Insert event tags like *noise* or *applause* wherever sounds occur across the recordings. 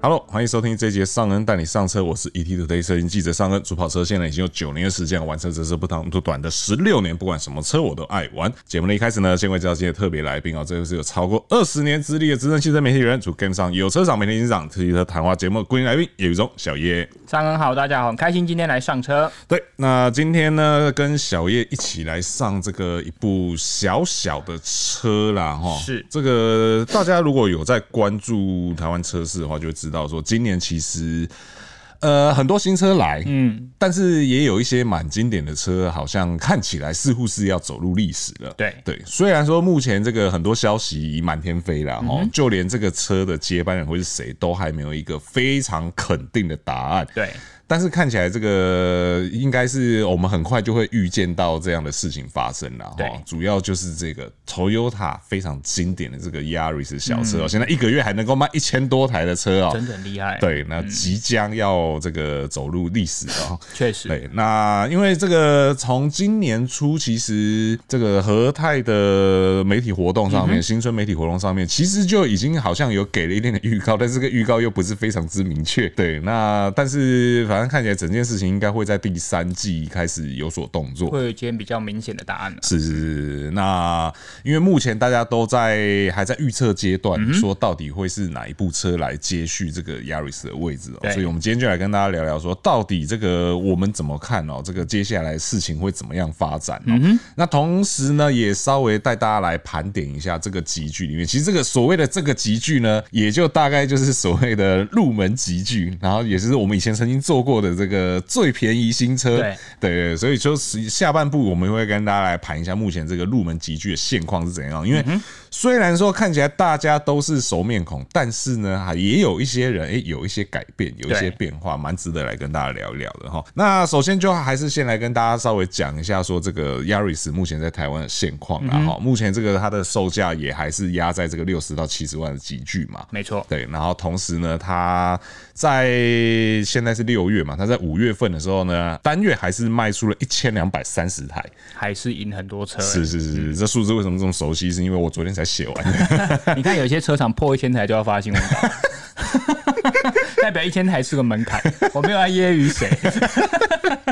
Hello，欢迎收听这一节上恩带你上车，我是 E ETtoday 车评记者上恩。主跑车现在已经有九年的时间玩车，则是不长不短的十六年，不管什么车我都爱玩。节目的一开始呢，先为介绍今天的特别来宾哦，这就是有超过二十年资历的资深汽车媒体人，主 Game 上有车赏媒体警长，汽车谈话节目的固定来宾叶宇中、小叶。上恩好，大家好，很开心今天来上车。对，那今天呢，跟小叶一起来上这个一部小小的车啦，哈，是这个大家如果有在关注台湾车市的话，就会知道说，今年其实呃很多新车来，嗯，但是也有一些蛮经典的车，好像看起来似乎是要走入历史了。对对，虽然说目前这个很多消息满天飞啦，嗯哈、就连这个车的接班人会是谁，都还没有一个非常肯定的答案。对，但是看起来这个应该是我们很快就会预见到这样的事情发生了对哈。主要就是这个 Toyota 非常经典的这个 Yaris 小车、哦，现在一个月还能够卖一千多台的车哦。嗯真的很厉害。，对，那即将要这个走入历史了哦。确实，对，那因为这个从今年初，其实这个和泰的媒体活动上面，新春媒体活动上面，其实就已经好像有给了一点点预告，但是这个预告又不是非常之明确。对，那但是反正看起来整件事情应该会在第三季开始有所动作。会有一些比较明显的答案啊了。是是是是，那因为目前大家都在还在预测阶段，嗯说到底会是哪一部车来接续这个 Yaris 的位置哦，对所以我们今天就来跟大家聊聊说，到底这个我们怎么看哦，这个接下来事情会怎么样发展嗯哦？那同时呢，也稍微带大家来盘点一下这个集聚里面，其实这个所谓的这个集聚呢，也就大概就是所谓的入门集聚，然后也就是我们以前曾经做过的这个最便宜新车，对对对，所以就是下半部我们会跟大家来盘一下目前这个入门集聚的现况是怎样。因为虽然说看起来大家都是熟面孔，但是呢，还也有一些人哎、诶有一些改变，有一些对变化，蛮值得来跟大家聊一聊的哈。那首先就还是先来跟大家稍微讲一下说这个 Yaris 目前在台湾的现况啦哈。目前这个它的售价也还是压在这个六十到七十万的集聚嘛，没错，对，然后同时呢，它在现在是六月嘛，它在五月份的时候呢，单月还是卖出了一千两百三十台。还是赢很多车。是是是是，这数字为什么这么熟悉？是因为我昨天才写完。你看，有些车厂破一千台就要发新 *laughs* 闻稿，代表一千台是个门槛。我没有要揶揄谁，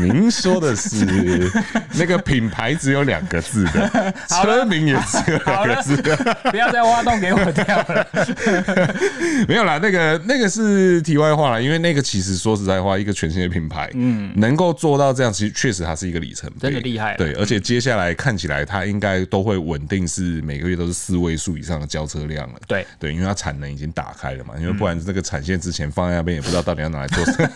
您说的是 *laughs* 那个品牌只有两个字 *laughs* 的，车名也只有两个字的，不要再挖洞给我跳了。 *laughs* 没有啦。那个那个是题外话啦，因为那个其实说实在话，一个全新的品牌，嗯，能够做到这样，其实确实它是一个里程碑，真的厉害了啊嗯对，而且接下来看起来它应该都会稳定是每个月都是四位数以上的交车量了。对嗯对，因为它产能已经打开了嘛，因为不然这个产线之前放在那边也不知道到底要拿来做什么。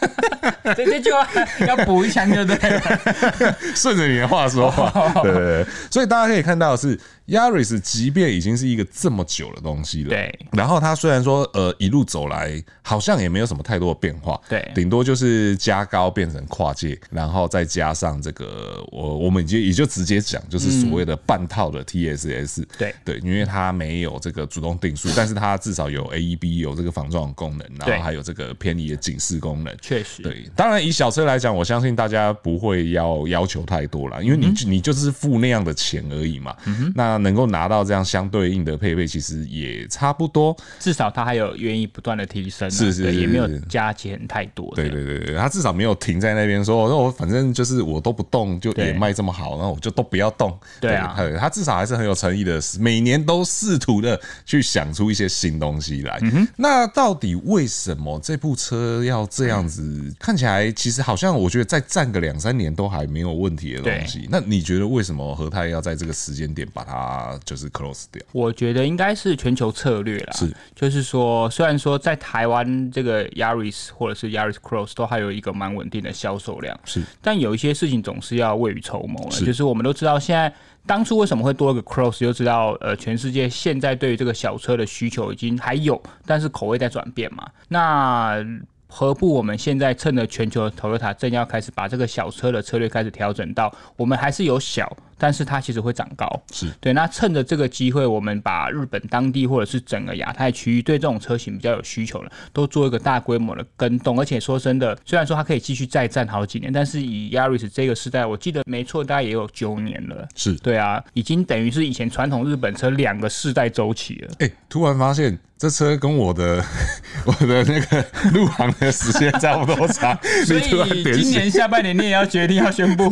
这这句话要 *laughs* 补一枪，对不对？ *laughs* 顺着你的话说话， *laughs* 对对对，所以大家可以看到的是 Yaris，即便已经是一个这么久的东西了，对。然后它虽然说呃一路走来好像也没有什么太多的变化，对顶多就是加高变成跨界，然后再加上这个我我们已经也就直接讲就是所谓的半套的 TSS，对对，因为它没有这个主动定速，但是它至少有 AEB 有这个防撞功能，然对后还有这个偏移的警示功能，确实，对，当然以小车来讲，我相信大家不会要要求太多啦，因为你、你就是付那样的钱而已嘛。那能够拿到这样相对应的配备，其实也差不多。至少它还有愿意不断的提升啊，是是对是也没有是加减太多。对，对对对，他至少没有停在那边说，哦那我反正就是我都不动，就也对卖这么好，那我就都不要动。对啊对他至少还是很有诚意的，每年都试图的去想出一些新东西来。那到底为什么这部车要这样子？看起来其实好像我觉得再站个两三年都还没有问题的东西。那你觉得为什么和泰要在这个时间点把它就是 close 掉？我觉得应该是全球策略啦。是，就是说，虽然说在台湾这个 Yaris 或者是 Yaris Cross 都还有一个蛮稳定的销售量，是，但有一些事情总是要未雨绸缪了。是就是我们都知道，现在当初为什么会多一个 Cross，就知道呃，全世界现在对于这个小车的需求已经还有，但是口味在转变嘛。那何不我们现在趁着全球的 Toyota 正要开始把这个小车的策略开始调整到，我们还是有小，但但是它其实会长高。是对，那趁着这个机会，我们把日本当地或者是整个亚太区域对这种车型比较有需求的，都做一个大规模的跟动。而且说真的，虽然说它可以继续再战好几年，但是以 Yaris 这个时代，我记得没错，大概也有九年了。是，对啊，已经等于是以前传统日本车两个世代周期了。哎、突然发现这车跟我的我的那个入行的时间差不多长，所你突然以点今醒，年下半年你也要决定要宣布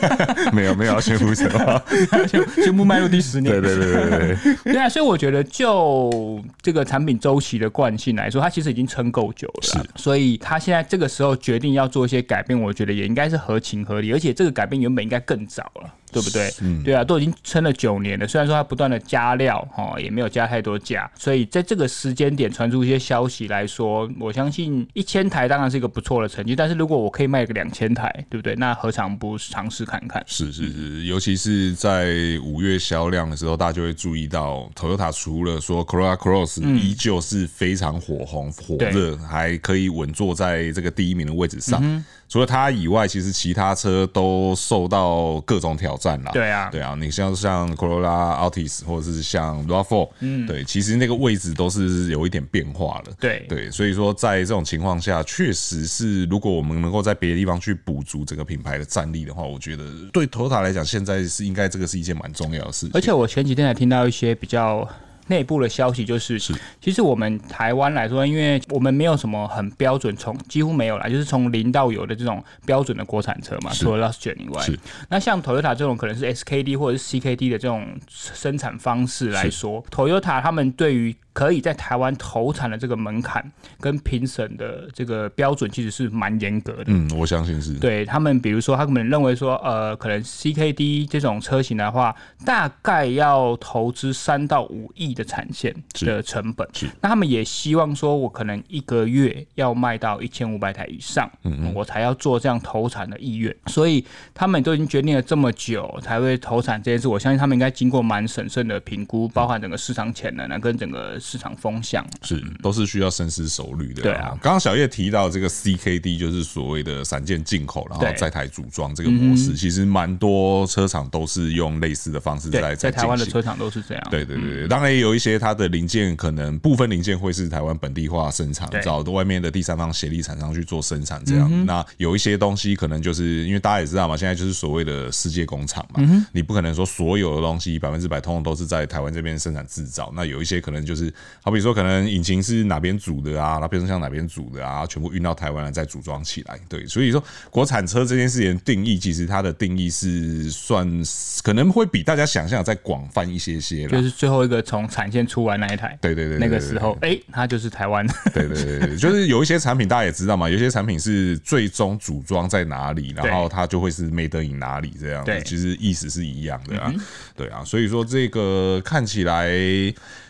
*laughs* 没有没有要宣布什 *laughs* 么，宣宣布迈入第十年。对对对对对对， *laughs* 对啊，所以我觉得就这个产品周期的惯性来说，它其实已经撑够久了啦，所以它现在这个时候决定要做一些改变，我觉得也应该是合情合理，而且这个改变原本应该更早了。对不对？对啊，都已经撑了九年了。虽然说它不断的加料，哦，也没有加太多价，所以在这个时间点传出一些消息来说，我相信一千台当然是一个不错的成绩。但是如果我可以卖个两千台，对不对？那何尝不尝试看看？是是是，尤其是在五月销量的时候，大家就会注意到，Toyota 除了说 Corolla Cross 依旧是非常火红火热，还可以稳坐在这个第一名的位置上。除了它以外，其实其他车都受到各种挑战啦。对啊对啊，你像像 Corolla Altis 或者是像 RAV4，嗯，对，其实那个位置都是有一点变化了。对对，所以说在这种情况下，确实是如果我们能够在别的地方去补足整个品牌的战力的话，我觉得对 Toyota 来讲，现在是应该这个是一件蛮重要的事情。而且我前几天还听到一些比较内部的消息，就是其实我们台湾来说，因为我们没有什么很标准从几乎没有啦，就是从零到有的这种标准的国产车嘛，除了 Last Gen 以外是，那像 Toyota 这种可能是 SKD 或者是 CKD 的这种生产方式来说，Toyota 他们对于可以在台湾投产的这个门槛跟评审的这个标准其实是蛮严格的。嗯，我相信是。对他们，比如说他们认为说，呃，可能 CKD 这种车型的话，大概要投资三到五亿的产线是的成本是。那他们也希望说，我可能一个月要卖到一千五百台以上，嗯我才要做这样投产的意愿。所以他们都已经决定了这么久才会投产这件事，我相信他们应该经过蛮审慎的评估，包含整个市场潜能啊，跟整个市场风向。是，都是需要深思熟虑的。对啊，刚刚小叶提到这个 CKD，就是所谓的散件进口，然后对嗯在台组装这个模式，其实蛮多车厂都是用类似的方式在对，在台湾的进行车厂都是这样。嗯对对对对，当然也有一些它的零件，可能部分零件会是台湾本地化生产，对嗯找外面的第三方协力厂商去做生产这样。那有一些东西可能就是因为大家也知道嘛，现在就是所谓的世界工厂嗯嘛，你不可能说所有的东西百分之百通通都是在台湾这边生产制造。那有一些可能就是，好比说可能引擎是哪边组的啊，然后变速箱哪边组的啊，全部运到台湾来再组装起来。对，所以说国产车这件事情的定义，其实它的定义是算可能会比大家想象的再广泛一些些啦。就是最后一个从产线出完那一台，啊对对对，对那个时候，，哎、它就是台湾。对对对对对，就是有一些产品大家也知道嘛，有些产品是最终组装在哪里，然后它就会是 made in 哪里这样子对，其实意思是一样的啊，对啊，所以说这个看起来。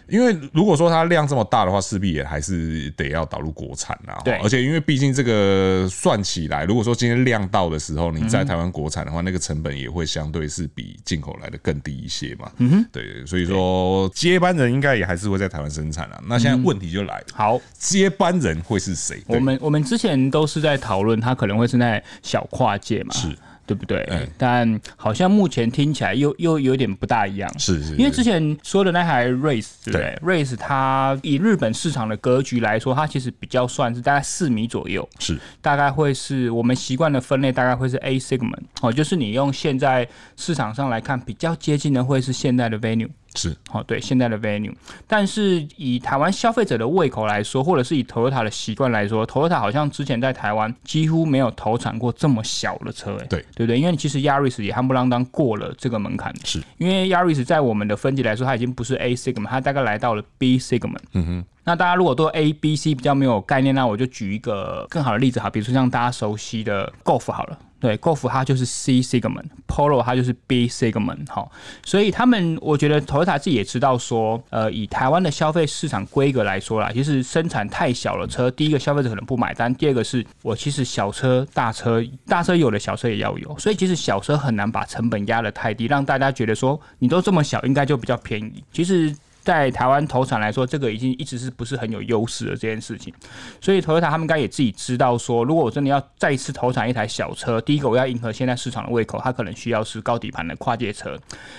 因为如果说它量这么大的话，势必也还是得要导入国产啊。对而且因为毕竟这个算起来，如果说今天量到的时候，你在台湾国产的话，那个成本也会相对是比进口来的更低一些嘛。嗯哼，对，所以说接班人应该也还是会在台湾生产啊。那现在问题就来了， *laughs* 好，接班人会是谁？对我们我们之前都是在讨论，它可能会是在小跨界嘛，是对不对？哎但好像目前听起来又又有点不大一样。是是，因为是之前说的那台 Race，对不对对？Race 它以日本市场的格局来说，它其实比较算是大概四米左右，是大概会是我们习惯的分类，大概会是 A segment 哦，就是你用现在市场上来看比较接近的会是现在的 Venue。是哦，对，现在的 venue，但是以台湾消费者的胃口来说，或者是以 Toyota 的习惯来说，Toyota 好像之前在台湾几乎没有投产过这么小的车、哎，对对不对？因为其实 Yaris 也夯不啷当过了这个门槛，是因为 Yaris 在我们的分级来说，它已经不是 A segment，它大概来到了 B segment，嗯哼。那大家如果对 A、B、C 比较没有概念，那我就举一个更好的例子哈，比如说像大家熟悉的 Golf 好了，对，Golf 它就是 C segment，Polo 它就是 B segment，好，所以他们，我觉得 Toyota 自己也知道说，呃，以台湾的消费市场规格来说啦，其实生产太小了车，第一个消费者可能不买单，第二个是我其实小车、大车、大车有的小车也要有，所以其实小车很难把成本压得太低，让大家觉得说你都这么小，应该就比较便宜。其实在台湾投产来说，这个已经一直是不是很有优势的这件事情。所以 Toyota 他们应该也自己知道说，如果我真的要再次投产一台小车，第一个我要迎合现在市场的胃口，它可能需要是高底盘的跨界车；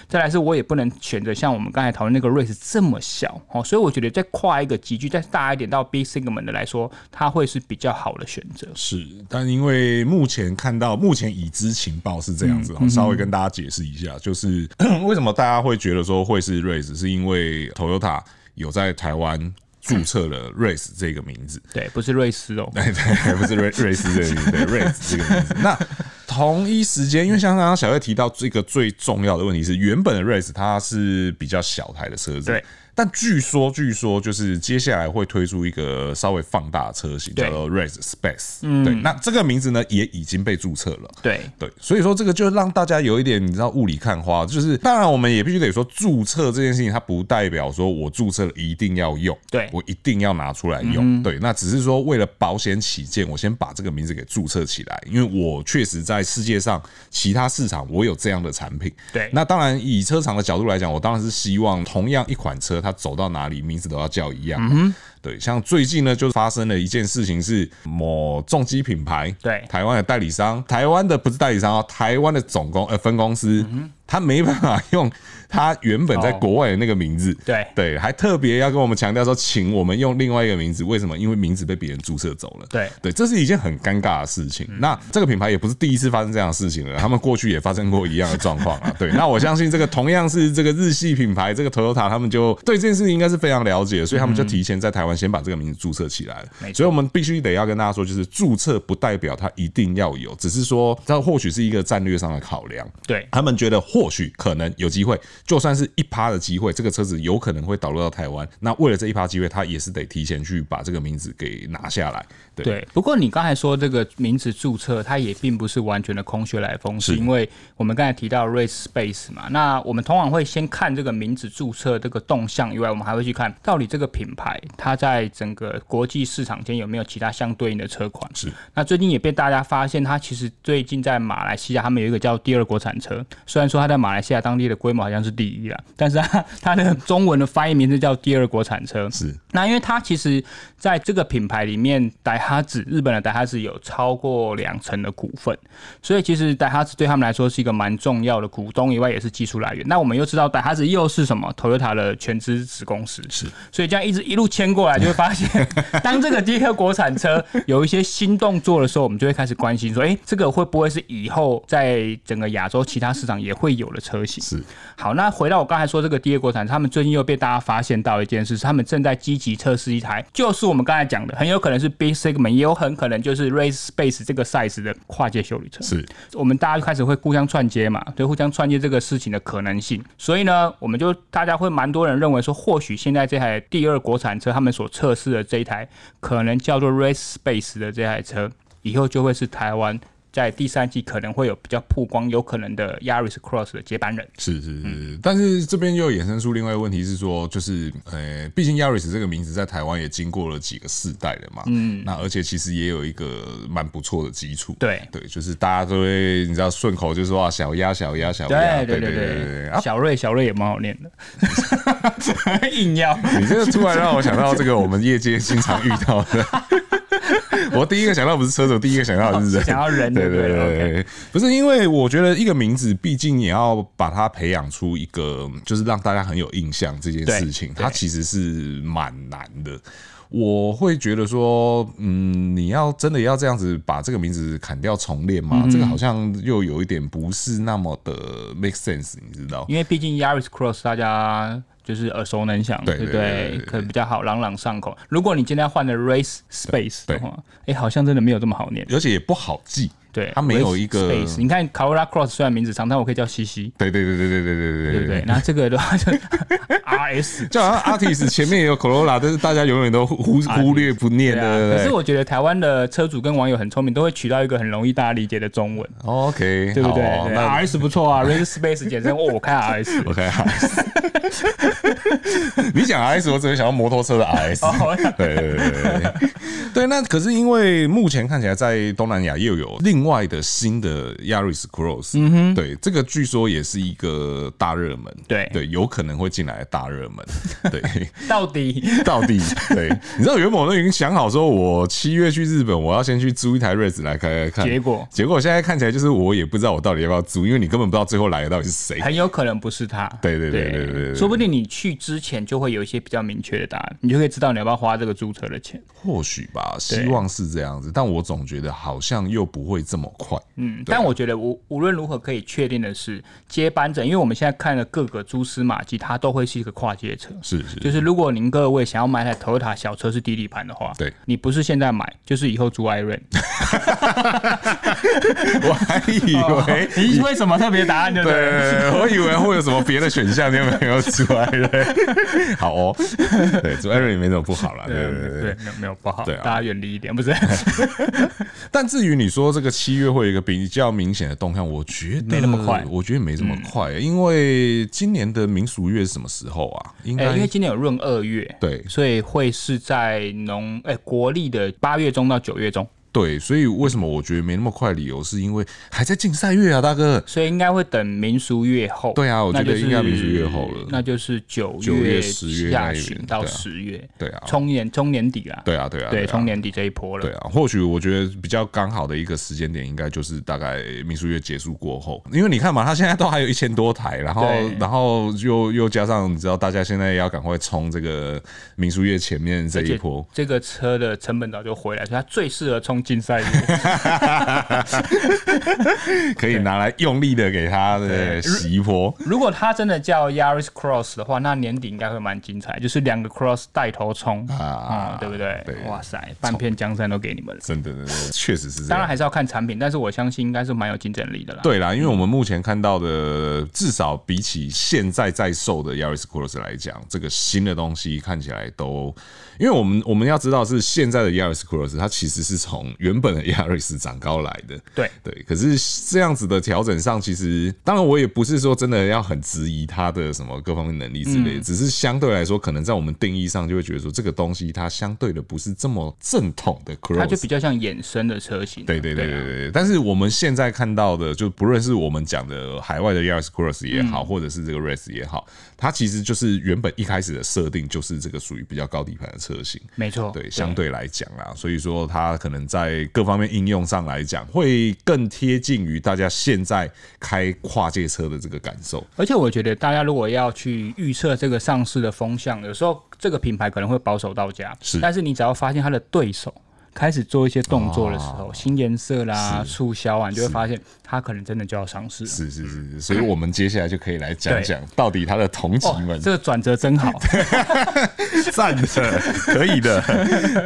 再来是我也不能选择像我们刚才讨论那个 Race 这么小哦，所以我觉得再跨一个级距再大一点到 B segment 的来说，它会是比较好的选择。是，但因为目前看到目前已知情报是这样子，哈，稍微跟大家解释一下，就是 *clears throat* 为什么大家会觉得说会是 Race，是因为 Toyota 有在台湾注册了 Race 这个名字，对，不是瑞士哦，对对，不是瑞瑞士这个名字，对 Race 这个名字。那同一时间，因为像刚刚小月提到这个最重要的问题是，原本的 Race 它是比较小台的车子，对。但据说，据说就是接下来会推出一个稍微放大的车型，对叫做 Race Space。对，那这个名字呢也已经被注册了。对。对，所以说这个就让大家有一点你知道雾里看花，就是当然我们也必须得说，注册这件事情它不代表说我注册了一定要用，对嗯我一定要拿出来用，对，那只是说为了保险起见，我先把这个名字给注册起来，因为我确实在世界上其他市场我有这样的产品，对那当然以车厂的角度来讲，我当然是希望同样一款车它走到哪里名字都要叫一样，嗯对，像最近呢，就发生了一件事情，是某重机品牌，对台湾的代理商，台湾的不是代理商哦，台湾的总公呃分公司，他没办法用他原本在哦国外的那个名字，对对，还特别要跟我们强调说，请我们用另外一个名字，为什么？因为名字被别人注册走了，对嗯对，这是一件很尴尬的事情。那这个品牌也不是第一次发生这样的事情了，他们过去也发生过一样的状况啊。对， *laughs* 那我相信这个同样是这个日系品牌，这个 Toyota 他们就对这件事情应该是非常了解，所以他们就提前在台湾先把这个名字注册起来了没。错所以我们必须得要跟大家说，就是注册不代表它一定要有，只是说这或许是一个战略上的考量。对他们觉得或许可能有机会，就算是一趴的机会，这个车子有可能会导入到台湾。那为了这一趴机会，他也是得提前去把这个名字给拿下来。对，对，不过你刚才说这个名词注册，它也并不是完全的空穴来风，是是因为我们刚才提到 race space 嘛，那我们通常会先看这个名字注册这个动向以外，我们还会去看到底这个品牌它在整个国际市场间有没有其他相对应的车款。是，那最近也被大家发现，它其实最近在马来西亚，他们有一个叫第二国产车，虽然说它在马来西亚当地的规模好像是第一啦，但是它它的中文的翻译名字叫第二国产车。是那因为它其实在这个品牌里面，戴哈子日本的戴哈子有超过两成的股份，所以其实戴哈子对他们来说是一个蛮重要的股东，以外也是技术来源。那我们又知道戴哈子又是什么 Toyota 的全资子公司，是，所以这样一直一路牵过来，就会发现，当这个第二国产车有一些新动作的时候，我们就会开始关心说，诶，这个会不会是以后在整个亚洲其他市场也会有的车型？是好，那回到我刚才说这个第二国产，他们最近又被大家发现到一件事，是他们正在积极测试一台，就是我们刚才讲的，很有可能是 Big Segment，也有很可能就是 Race Space 这个 size 的跨界修理车。是我们大家就开始会互相串接嘛，对，互相串接这个事情的可能性。所以呢，我们就大家会蛮多人认为说，或许现在这台第二国产车他们所测试的这一台，可能叫做 Race Space 的这台车，以后就会是台湾。在第三季可能会有比较曝光，有可能的 Yaris Cross 的接班人。是是是，但是这边又衍生出另外一个问题是说，就是呃，毕竟 Yaris 这个名字在台湾也经过了几个世代了嘛，嗯，那而且其实也有一个蛮不错的基础，对对，就是大家都会你知道顺口就说啊小鸭小鸭小鸭，对对对对对啊，小瑞小瑞也蛮 *laughs* 好念的，硬要你这个突然让我想到这个我们业界经常遇到的。我第一个想到不是车手，第一个想到的是人，哦想到人对就对对了对对，不是因为我觉得一个名字，毕竟也要把它培养出一个，就是让大家很有印象这件事情，对对它其实是蛮难的。我会觉得说，嗯，你要真的要这样子把这个名字砍掉重练吗？这个好像又有一点不是那么的 make sense，你知道？因为毕竟 Yaris Cross 大家就是耳熟能详，对对不对对对对对？可能比较好朗朗上口。如果你今天换了 Race Space 对的话，哎，好像真的没有这么好念。而且也不好记，对，它没有一个 Race Space。你看 Corolla Cross 虽然名字长，但我可以叫西西，对对对对对对对对对不对？那这个的话就 *laughs* RS。就好像 Artis 前面也有 Corolla，但是大家永远都忽忽忽略不念对的。啊，对可对是对我觉得台湾的车主跟网友很聪明，都会取到一个很容易大家理解的中文。 OK，啊对不对好哦对那？RS 不错啊，Race Space 简称哦，我开 *laughs* RS。 OK RS，你讲 RS，我只会想到摩托车的 RS。哦对对对对对，对那可是因为目前看起来在东南亚又有另另外的新的 Yaris Cross，嗯哼，对，这个据说也是一个大热门，对对，有可能会进来的大热门，对， *laughs* 到底 *laughs* 到底对，你知道原本我都已经想好说，我七月去日本，我要先去租一台瑞 i 来开开看，结果结果现在看起来就是我也不知道我到底要不要租，因为你根本不知道最后来的到底是谁，很有可能不是他。对对对对对对说不定你去之前就会有一些比较明确的答案，你就可以知道你要不要花这个租车的钱。或许吧，希望是这样子，但我总觉得好像又不会这么快，嗯，啊但我觉得无无论如何可以确定的是，接班者，因为我们现在看的各个蛛丝马迹，它都会是一个跨界车。是是，就是如果您各位想要买台 Toyota 小车是低底盘的话，对你不是现在买，就是以后租 Iron。我还以为。 *laughs* 你为什么特别答案对不对？对，我以为会有什么别的选项，你有没有阻碍人？ *laughs* 好哦，对，阻碍人也没什么不好啦，对对对对。嗯对，没有没有不好，对啊大家远离一点，*laughs* 不是？哎但至于你说这个七月会有一个比较明显的动向，我觉得没那么快嗯我觉得没这么快，因为今年的民俗月是什么时候啊？应哎、该因为今年有闰二月，对所以会是在农哎、国历的八月中到九月中，对，所以为什么我觉得没那么快？理由是因为还在竞赛月啊，大哥。所以应该会等民俗月后。对啊我觉得那就是应该民俗月后了那就是九九月10月那下一旬边到对啊十月，对啊冲年冲年底啦，对啊，对啊，对，啊冲。年底这一波了。对啊，或许我觉得比较刚好的一个时间点，应该就是大概民俗月结束过后，因为你看嘛，他现在都还有一千多台，然后对然后又又加上你知道，大家现在要赶快冲这个民俗月前面这而一且波，这个车的成本早就回来，所以它最适合冲竞赛 *laughs* 月。可以拿来用力的给他的洗一波。如果它真的叫 Yaris Cross 的话，那年底应该会蛮精彩，就是两个 Cross 带头冲啊啊、嗯对不对？对哇塞，半片江山都给你们了。真的，真的确实是这当然样。还是要看产品，但是我相信应该是蛮有竞争力的啦。嗯对啦，因为我们目前看到的，至少比起现在在售的 Yaris Cross 来讲，这个新的东西看起来都，因为我们我们要知道是现在的 Yaris Cross，它其实是从原本的 Yaris 长高来的。对对，可是这样子的调整上，其实当然我也不是说真的要很质疑它的什么各方面能力之嗯类的，只是相对来说，可能在我们定义上就会觉得说这个东西它相对的不是这么正统的 Cross，它就比较像衍生的车型啊。对对对对啊对对，但是我们现在看到的，就不论是我们讲的海外的 Yaris Cross 也好，或者是这个 Race 也好，它其实就是原本一开始的设定就是这个属于比较高底盘的车型。没错，对，相对来讲啦，所以说它可能在各方面应用上来讲，会更贴近于大家现在开跨界车的这个感受。而且我觉得大家如果要去预测这个上市的风向，有时候这个品牌可能会保守到家，是但是你只要发现它的对手开始做一些动作的时哦候，新颜色啦、促销啊，你就会发现它可能真的就要上市了。是是是是，所以我们接下来就可以来讲对讲到底它的同级哦们，这个转折 *laughs* 真好，赞的，可以 *laughs* 的。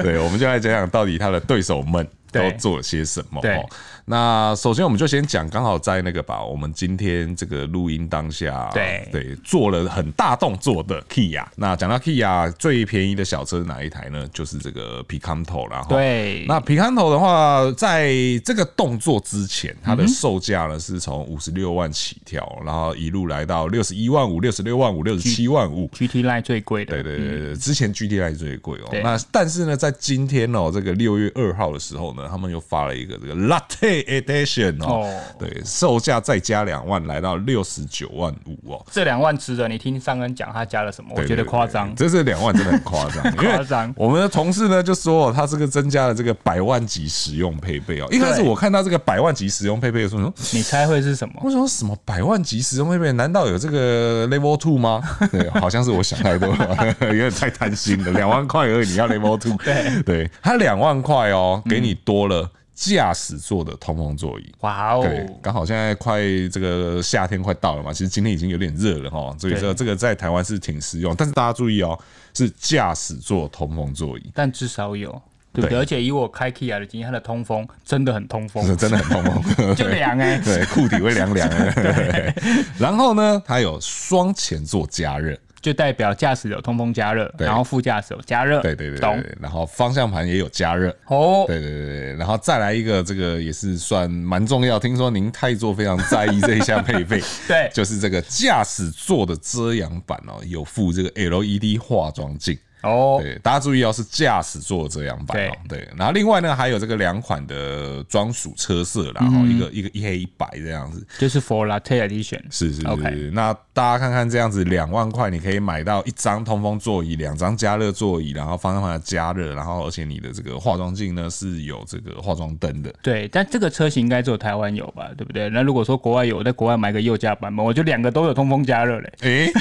对，我们就来讲讲到底他的对手们都对做了些什么。对哦那首先我们就先讲，刚好在那个吧，我们今天这个录音当下，对对，做了很大动作的 Kia。那讲到 Kia 最便宜的小车是哪一台呢？就是这个 Picanto 啦。哦。对，那皮坎头的话，在这个动作之前，它嗯的售价呢是从五十六万起跳，然后一路来到六十一万五、六十六万五、六十七万五， GT Line 最贵的，对对对对，之前 GT 还是最贵哦。嗯对那但是呢，在今天哦，这个六月二号的时候呢，他们又发了一个这个 Latte Edition 哦哦，对，售价再加两万，来到六十九万五哦。这两万值得。你听上恩讲他加了什么，我对觉得夸张对。对对这是两万真的很夸 *laughs* 张，因为夸张我们的同事呢就说，哦他这个增加了这个百万级使用配备哦。一开始对我看到这个百万级使用配备的时候，我说你猜会是什么？我想说什么百万级使用配备？难道有这个 Level Two *laughs* 吗？对，好像是我想太多了， *laughs* 有点太贪心了。两万块而已，你要 Level Two？对，对，它两万块哦，给你多了驾驶座的通风座椅。哇哦，对，刚好现在快这个夏天快到了嘛，其实今天已经有点热了哈，所以说对这个在台湾是挺实用，但是大家注意哦，是驾驶座通风座椅。但至少有，对不对？对而且以我开 Kia 的经验，它的通风真的很通风，真的很通 *laughs* 风，就凉哎、对，裤底会凉凉的。 *laughs* 对然后呢，它有双前座加热，就代表驾驶有通风加热，对然后副驾驶有加热，对对对对懂对，然后方向盘也有加热。哦。对对对对，然后再来一个，这个也是算蛮重要。听说您太座非常在意这一项配 *laughs* 备，对就是这个驾驶座的遮阳板哦，有附这个 LED E 化妆镜。哦，对，大家注意哦，是驾驶座遮阳板哦。对，然后另外呢，还有这个两款的专属车色嗯啦，然哦后一个一个一黑一白这样子。就是 For Latte Edition，是是 OK 是，那大家看看这样子，两万块你可以买到一张通风座椅、两张加热座椅，然后方向盘的加热，然后而且你的这个化妆镜呢是有这个化妆灯的，对，但这个车型应该只有台湾有吧，对不对？那如果说国外有，我在国外买个右驾版本，我就两个都有通风加热嘞， *laughs* *laughs* 诶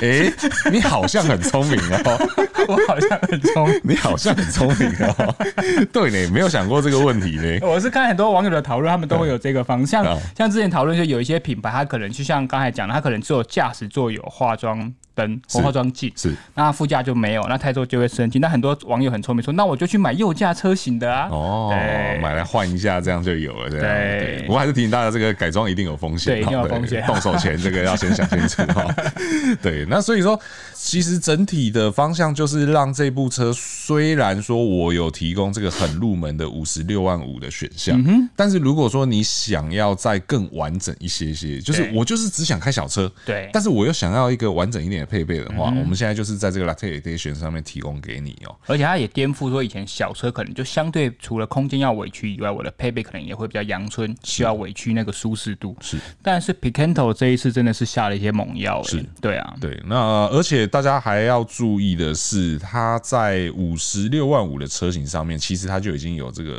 诶， *laughs* 你好像很聪明哦，我好像很聪明。你好像很聪明哦， *laughs* 对呢，没有想过这个问题呢。我是看很多网友的讨论，他们都会有这个方向嗯，像之前讨论就有一些品牌，它可能就像刚才讲的，它可能只有驾驶座有化妆灯或是化妆镜，是那副驾就没有，那太座就会生气。那很多网友很聪明，说那我就去买右驾车型的啊。哦，对买来换一下，这样就有了。这样对不过还是提醒大家，这个改装一定有风险，对一定有哦风险动手前这个要先想清楚哈。 *laughs* 对，那所以说，其实整体的方向就是让这部车，虽然说我有提供这个很入门的五十六万五的选项，嗯但是如果说你想要再更完整一些些，就是对我就是只想开小车，对嗯但是我又想要一个完整一点的配备的话，我们现在就是在这个 Latte Edition 上面提供给你哦、而且它也颠覆说以前小车可能就相对除了空间要委屈以外，我的配备可能也会比较阳春，需要委屈那个舒适度。是，但是 Picanto 这一次真的是下了一些猛药、欸。是，对啊，对，那呃而且大家还要注意的是，它在五十六万五的车型上面，其实它就已经有这个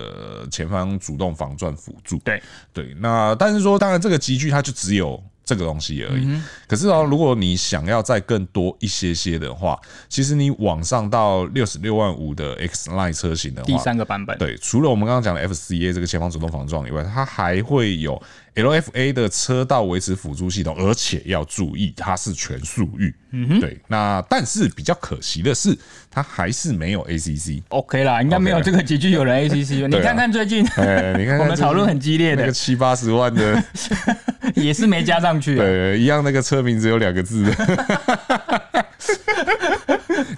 呃前方主动防转辅助。对对，那但是说，当然这个集具它就只有这个东西而已。可是哦，如果你想要再更多一些些的话，其实你往上到六十六万五的 X Line 车型的话，第三个版本。对，除了我们刚刚讲的 FCA 这个前方主动防撞以外，它还会有 LFA 的车道维持辅助系统，而且要注意它是全速域。嗯对，那但是比较可惜的是，它还是没有 ACC。 OK 啦，应该没有 OK 这个集聚有人 ACC 吧。*laughs* 你对啊看看最近，哎，你看看我们讨论很激烈那的个，七八十万的，也是没加上去啊。 *laughs* 对，一样那个车名只有两个字的。 *laughs*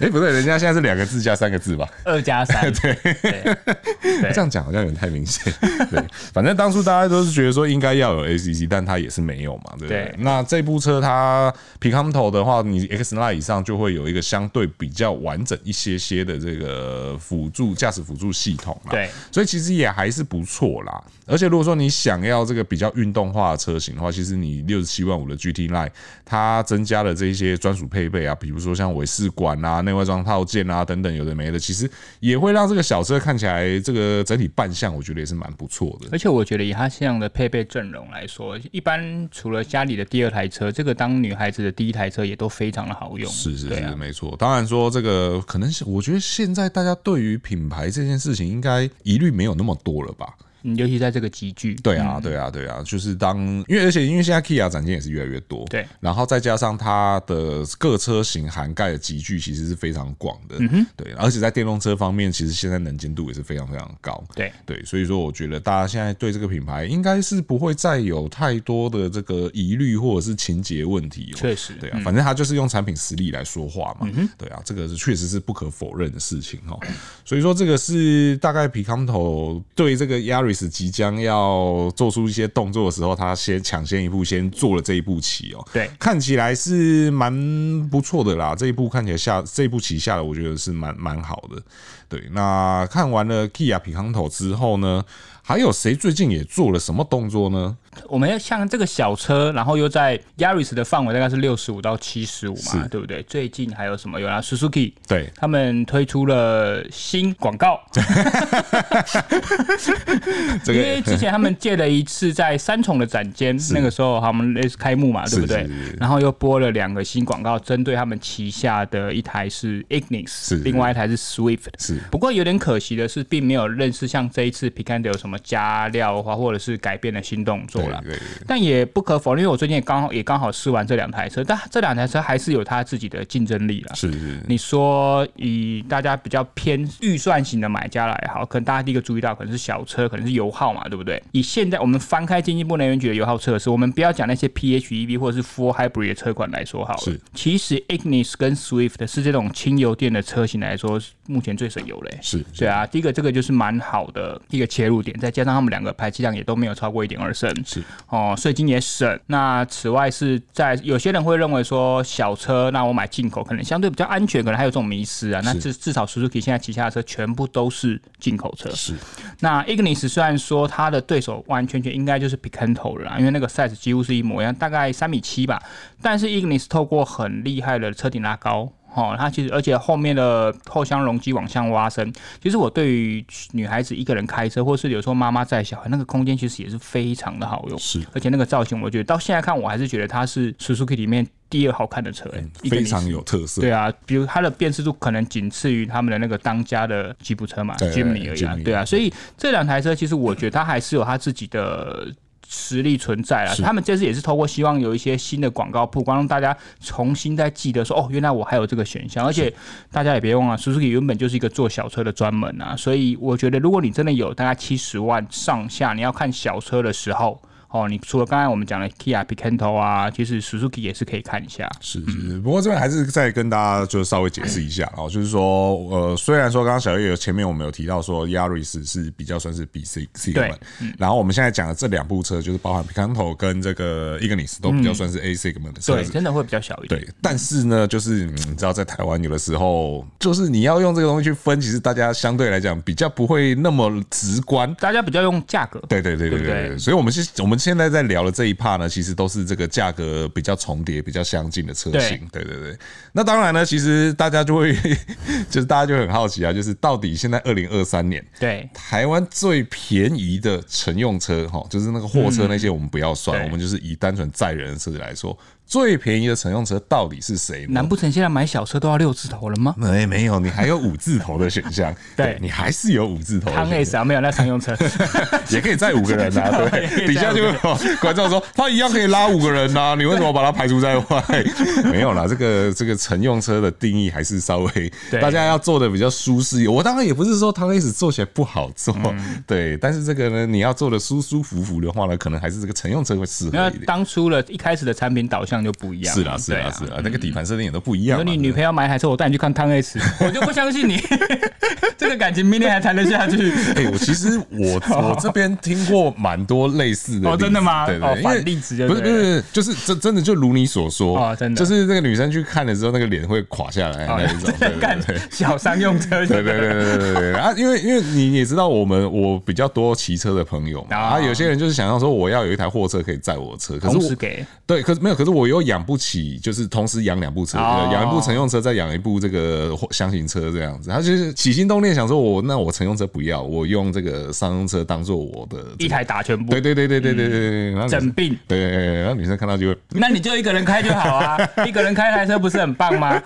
哎，不对，人家现在是两个字加三个字吧？二加三，对对这样讲好像有点太明显。 *laughs* 对，反正当初大家都是觉得说应该要有 ACC，但它也是没有嘛，对不对？对那这部车它 Picanto 的话，你 X Line 以上就会有一个相对比较完整一些些的这个辅助驾驶辅助系统啦。对所以其实也还是不错啦。而且如果说你想要这个比较运动化的车型的话，其实你六十七万五的 GT Line 它增加了这些专属配备啊，比如说像尾饰管啊、内外装套件啊等等，有的没的，其实也会让这个小车看起来这个整体扮相，我觉得也是蛮不错的。而且我觉得以它这样的配备阵容来说，一般除了家里的第二台车，这个当女孩子的第一台车也都非常的好用。是是对是，啊，没错。当然说这个可能是，我觉得现在大家对于品牌这件事情应该疑虑没有那么多了吧？嗯尤其在这个集聚，对啊，对啊，对啊，就是当因为而且因为现在 Kia 展件也是越来越多，对，然后再加上它的各车型涵盖的集聚其实是非常广的，嗯对，而且在电动车方面，其实现在能见度也是非常非常高，对对，所以说我觉得大家现在对这个品牌应该是不会再有太多的这个疑虑或者是情节问题、哦，确实对啊，反正它就是用产品实力来说话嗯嘛，对啊，这个是确实是不可否认的事情哦。所以说这个是大概皮康头对这个 Yaris 即将要做出一些动作的时候，他先抢先一步，先做了这一步棋哦。对看起来是蛮不错的啦，这一步看起来下这一步棋下的，我觉得是蛮蛮好的。对，那看完了 Kia 皮康头之后呢，还有谁最近也做了什么动作呢？我们要像这个小车，然后又在 Yaris 的范围大概是六十五到七十五嘛，对不对？最近还有什么？有啊，Suzuki 对，他们推出了新广告，这因个为之前他们借了一次在三重的展 *laughs* 间，那个时候他们类似开幕嘛，对不对？是是然后又播了两个新广告，针对他们旗下的一台是 Ignis，另外一台是 Swift。是不过有点可惜的是，并没有认识像这一次 Picanto 有什么加料化或者是改变的新动作对啦。对。但也不可否认，因为我最近也刚好也刚好试完这两台车，但这两台车还是有它自己的竞争力啦。是是你说以大家比较偏预算型的买家来好，可能大家第一个注意到可能是小车，可能是油耗嘛，对不对？以现在我们翻开经济部能源局的油耗测试，我们不要讲那些 PHEV 或者是 Full Hybrid 的车款来说好了是，其实 Ignis 跟 Swift 是这种轻油电的车型来说，目前最省油嘞、是，对啊，第一个这个就是蛮好的一个切入点，再加上他们两个排气量也都没有超过一点二升，是哦，税金也省。那此外是在有些人会认为说小车，那我买进口可能相对比较安全，可能还有这种迷失啊。那至至少 Suzuki 现在旗下的车全部都是进口车。是那 Ignis 虽然说它的对手完完全全应该就是 Picanto 了啦，因为那个 size 几乎是一模一样，大概三米七吧。但是 Ignis 透过很厉害的车顶拉高。哦，它其实而且后面的后箱容积往向挖深，其实我对于女孩子一个人开车，或是有时候妈妈载小孩，那个空间其实也是非常的好用。是，而且那个造型，我觉得到现在看，我还是觉得它是 Suzuki 里面第二好看的车、欸，一个非女常有特色。对啊，比如它的辨识度可能仅次于他们的那个当家的吉普车嘛对吉姆尼而已啊 Jimny。对啊，所以这两台车其实我觉得它还是有它自己的。实力存在啊，是他们这次也是透过希望有一些新的广告曝光，让大家重新再记得说哦，原来我还有这个选项。而且大家也别忘了，Suzuki 原本就是一个做小车的专门啊，所以我觉得如果你真的有大概七十万上下，你要看小车的时候，哦，你除了刚才我们讲的 Kia Picanto 啊，其实 Suzuki 也是可以看一下。是是，是不过这边还是再跟大家就是稍微解释一下哦，就是说，呃，虽然说刚刚小叶有前面我们有提到说 Yaris 是比较算是 B C C 对嗯 n 然后我们现在讲的这两部车就是包含 Picanto 跟这个 Ignis 都比较算是 A segment 的车嗯对，子。真的会比较小一点。对，但是呢，就是嗯你知道，在台湾有的时候，就是你要用这个东西去分，其实大家相对来讲比较不会那么直观。大家比较用价格。对对对对对不对对对，所以我们现我们现在在聊的这一 part 呢，其实都是这个价格比较重叠、比较相近的车型。对对对，那当然呢，其实大家就会 *laughs* 就是大家就很好奇啊，就是到底现在二零二三年对台湾最便宜的乘用车哈，就是那个货车那些我们不要算，对我们就是以单纯载人的车子来说，最便宜的乘用车到底是谁呢难？不成现在买小车都要六字头了吗？没没有，你还有五字头的选项，对你还是有五字头的选康项。 S 啊，没有那 *laughs* 常用车， *laughs* 也可以载五个人啊，对不也可对，底以载下就会有观众说他一样可以拉五个人 *laughs* 呐、你为什么把他排除在外？没有啦，这个这个乘用车的定义还是稍微对嗯大家要做的比较舒适一点。我当然也不是说汤 S 做起来不好做， *laughs* 对，但是这个呢，你要做的舒舒服服的话呢，可能还是这个乘用车会适那合一点。当初的一开始的产品导向就不一样。是啦，是对啦，啊是。啦，那个底盘设定也都不一比样如嘛。你对女朋友买一台车，我带你去看汤 *laughs* S，我就不相信你 *laughs* 这个感情明年还谈得下 *laughs* 去。哎、我其实 *laughs* 我我这边听过蛮多类似的哦例子真的吗对哦对，因为反例子就不是不对是不了是，就是真真的就如你所说哦真的就是那个女生去看了之后，那个脸会垮下来那 *laughs* 一种，对对哦干对。小商用车，对对对对对对对啊！因为因为你也知道，我们我比较多骑车的朋友嘛，啊啊，有些人就是想要说我要有一台货车可以载我车，可是同我时给对，可是没有，可是我又养不起，就是同时养两部车，哦呃养、一部乘用车，再养一部这个箱型车这样子。他就是起心动念想说我，那我乘用车不要，我用这个商用车当做我的这个一台打全部对。对对对对对对对，然后女生嗯整并对对对对，然后女生看到就会。那你就一个人开就好啊， *laughs* 一个人开台车不是很棒吗？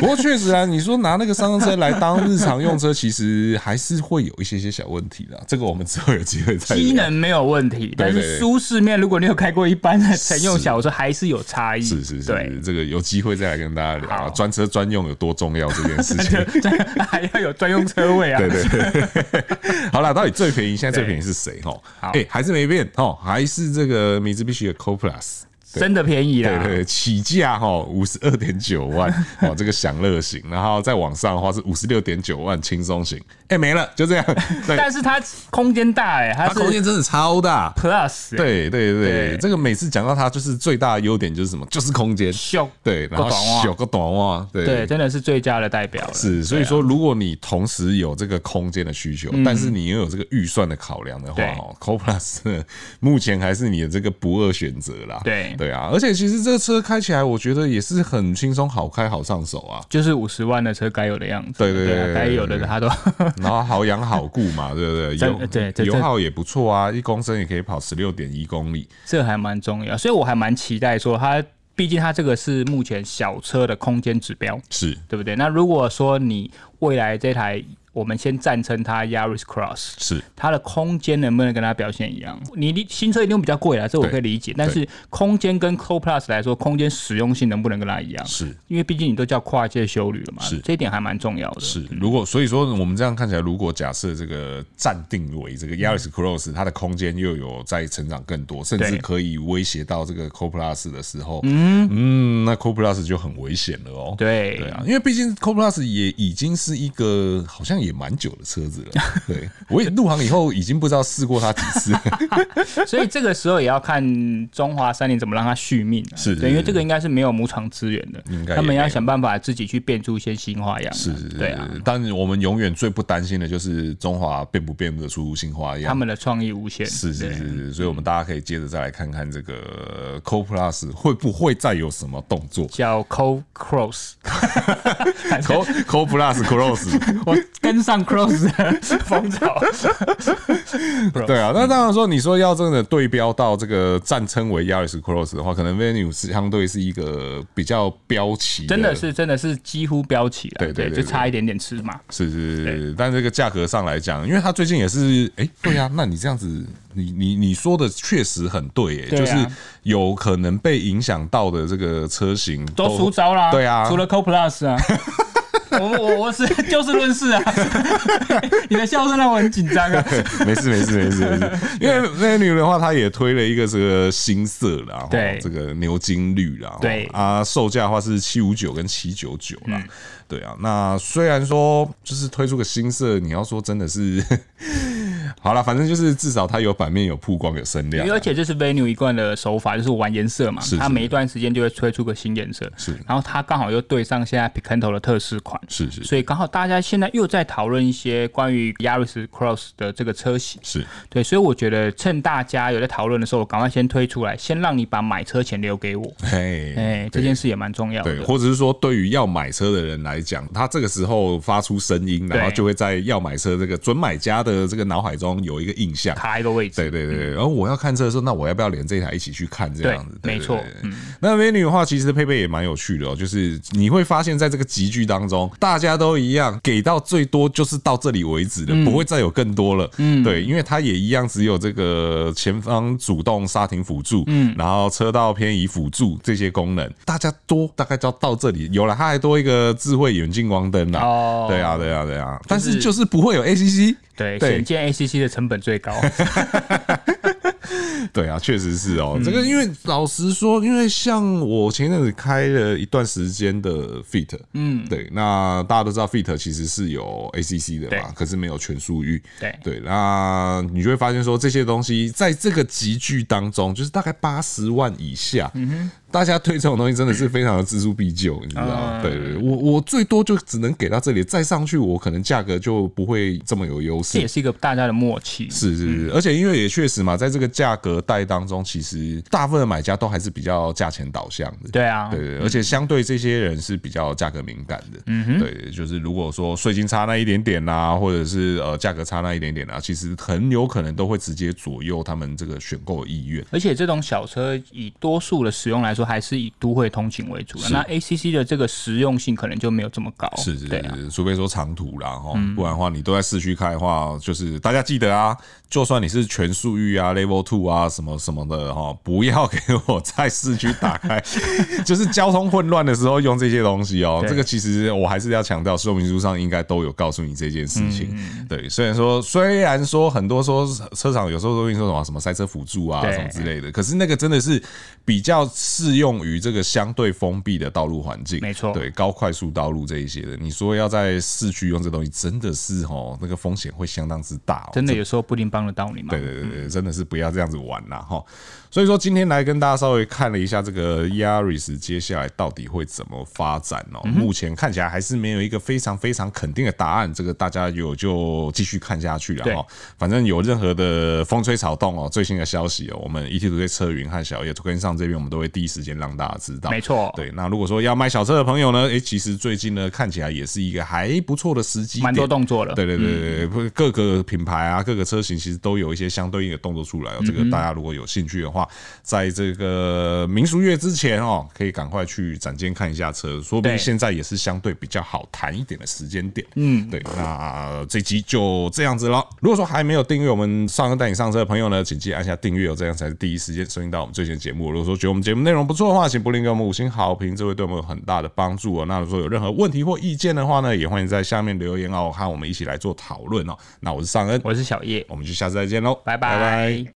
不过确实啊，你说拿那个商用车来当日常用车，其实还是会有一些些小问题的。这个我们之后有机会再聊机能没有问题，但对对是舒适面，如果你有开过一般的乘用小车，还是有差异。是是对是，，这个有机会再来跟大家聊啊好专车专用有多重要这件事 *laughs* 情。还要有专用车位 *laughs* 啊。对对对， *laughs* 好了，到底最便宜？现在最便宜是谁？哈，好哎，还是没变哦，还是这个米兹必须的 Co Plus。真的便宜啦。对对，起价哈五十二点九万 *laughs* 哦，这个享乐型，然后再往上的话是五十六点九万轻松型，哎、没了，就这 *laughs* 样。对，但是它空间大哎、它它空是间真的超大。 Plus 欸、对对对，对这个每次讲到它，就是最大的优点就是什么？就是空间。秀对，然后够短袜啊小个短袜，对对，真的是最佳的代表了。是，所以说，如果你同时有这个空间的需求，但是你又有这个预算的考量的话，嗯对哦 c o Plus 呢目前还是你的这个不二选择啦。对对啊，而且其实这个车开起来，我觉得也是很轻松、好开、好上手啊，就是五十万的车该有的样子，对对对啊对对该有的它都 *laughs* 然后好养好顾嘛，对不对？真油对这油这耗也不错啊，一公升也可以跑十六点一公里。这还蛮重要，所以我还蛮期待说它，毕竟它这个是目前小车的空间指标，是，对不对？那如果说你未来这台，我们先暂称它 Yaris Cross，是它的空间能不能跟它表现一样？你你新车一定会比较贵啦，这我对可以理解。但是空间跟 Co Plus 来说，空间实用性能不能跟它一样？是因为毕竟你都叫跨界修旅了嘛，是这一点还蛮重要的。是，如果所以说我们这样看起来，如果假设这个暂定为这个 Yaris Cross 它的空间又有在成长更多，甚至嗯对可以威胁到这个 Co Plus 的时候，嗯嗯，那 Co Plus 就很危险了哦。对对啊，因为毕竟 Co Plus 也已经是一个好像也也蛮久的车 *laughs* 子了。对我也入行以后已经不知道试过它几次了。 *laughs* 所以这个时候也要看中华三菱怎么让它续命、啊，是对，因为这个应该是没有牧场资源的应该，也他们没要有想办法自己去变出一些新花样啊，是是是， *laughs* 对啊，。但我们永远最不担心的就是中华变不变得出新花他样。们的创意无限，是是对是是，所以我们大家可以接着再来看看这个 Co Plus 会不会再有什么动 *laughs* 作叫 Co Cross， ？Co Co Plus *laughs* Cross，我跟上 Cross 的风潮，对啊，那当然说你说要真的对标到这个战称为 Yaris Cross 的话，可能 Venue 是相对是一个比较标旗， *laughs* 真的是真的是几乎标起了，对对对就差一点点吃嘛。是是是是，但这个价格上来讲，因为它最近也是，哎、对呀、那你这样子，你你你说的确实很对、哎、对啊就是有可能被影响到的这个车型都出招啦，对啊，除了 Co Plus 啊，我我我是就事论事啊， *laughs* 你的笑声让我很紧张 *laughs* 啊。没事没事没事没 *laughs* 事，因为那女的话，她也推了一个这个新色啦，吼对这个牛津绿啦，吼对嗯啊，售价的话是七五九跟七九九啦，对啊，那虽然说就是推出个新色，你要说真的是。 *laughs* 好了，反正就是至少它有版面、有曝光、有声量因为啊。而且这是 Venue 一贯的手法，就是玩颜色嘛是，它是每一段时间就会推出个新颜色，是然后它刚好又对上现在 Picanto 的特仕款，是是所以刚好大家现在又在讨论一些关于 Yaris Cross 的这个车型，是，对，所以我觉得趁大家有在讨论的时候，我赶快先推出来，先让你把买车钱留给我，嘿，哎、这对件事也蛮重要的对，。或者是说，对于要买车的人来讲，他这个时候发出声音，然后对就会在要买车这个准买家的这个脑海中有一个印象。卡一个位置，对对对，对然后我要看车的时候，那我要不要连这台一起去看？这样子，对对没错。对对嗯对那 Venue 的话，其实配备也蛮有趣的哦，就是你会发现在这个集聚当中，大家都一样，给到最多就是到这里为止的，不会再有更多了。嗯，对，因为它也一样，只有这个前方主动刹停辅助，嗯，然后车道偏移辅助这些功能，大家多大概就到这里有了，它还多一个智慧远近光灯啦。哦对啊，对啊，对啊，但是就是不会有 ACC。对，对显见 ACC 的成本 *laughs* 最高，对啊，确实是嗯哦。这个因为老实说，因为像我前一阵子开了一段时间的 Fit，嗯，对，那大家都知道 Fit 其实是有 ACC 的对嘛，可是没有全速域。对对，那你就会发现说这些东西在这个集聚当中，就是大概八十万以下，嗯大家推这种东西真的是非常的锱铢必较，你知道啊吗？对对，对我我最多就只能给到这里，再上去我可能价格就不会这么有优势这。也是一个大家的默契。是是是，而且因为也确实嘛，在这个价格带当中，其实大部分的买家都还是比较价钱导向的。对啊，对对，而且相对这些人是比较价格敏感的，嗯哼，对，就是如果说税金差那一点点啦、或者是呃价格差那一点点啦、其实很有可能都会直接左右他们这个选购的意愿。而且这种小车以多数的使用来说，还是以都会通勤为主了。那 ACC 的这个实用性可能就没有这么高。是是是，对啊。嗯除非说长途啦，哈、不然的话你都在市区开的话，就是大家记得啊，就算你是全速域啊、Level Two 啊什么什么的哈，不要给我在市区打 *laughs* 开，就是交通混乱的时候用这些东西哦、对这个其实我还是要强调，说明书上应该都有告诉你这件事嗯情。对，虽然说虽然说很多说车厂有时候都会说什么什么塞车辅助啊对什么之类的，可是那个真的是比较适用于这个相对封闭的道路环境。没错对。对高快速道路这一些的，你说要在市区用这东西，真的是哦，那个风险会相当之大、哦，真的有时候不一定帮得到你嘛对。对对对，真的是不要这样子玩啦哈。所以说今天来跟大家稍微看了一下这个 Yaris 接下来到底会怎么发展哦。嗯目前看起来还是没有一个非常非常肯定的答案，这个大家有就继续看下去了哈对。反正有任何的风吹草动哦，最新的消息哦，我们 ET 团队车云和小叶跟上这边，我们都会第一时间让大家知道。没错对。那如果说要买小车的朋友呢，诶，其实最近呢看起来也是一个还不错的时机点，蛮多动嗯作了。对对对对对，不、各个品牌啊，各个车型其实都有一些相对应的动作出来哦。嗯这个大家如果有兴趣的话，在这个民俗月之前哦，可以赶快去展间看一下车，说不定对现在也是相对比较好谈一点的时间点。嗯，对，那这集就这样子了。如果说还没有订阅我们上车带你上车的朋友呢，请记得按下订阅哦，这样才是第一时间收听到我们最新的节目。如果说觉得我们节目内容不错的话，请不吝给我们五星好评，这会对我们有很大的帮助哦。那如果说有任何问题或意见的话呢，也欢迎在下面留言哦，和我们一起来做讨论哦。那我是尚恩，我是小叶，我们就下次再见喽，拜拜拜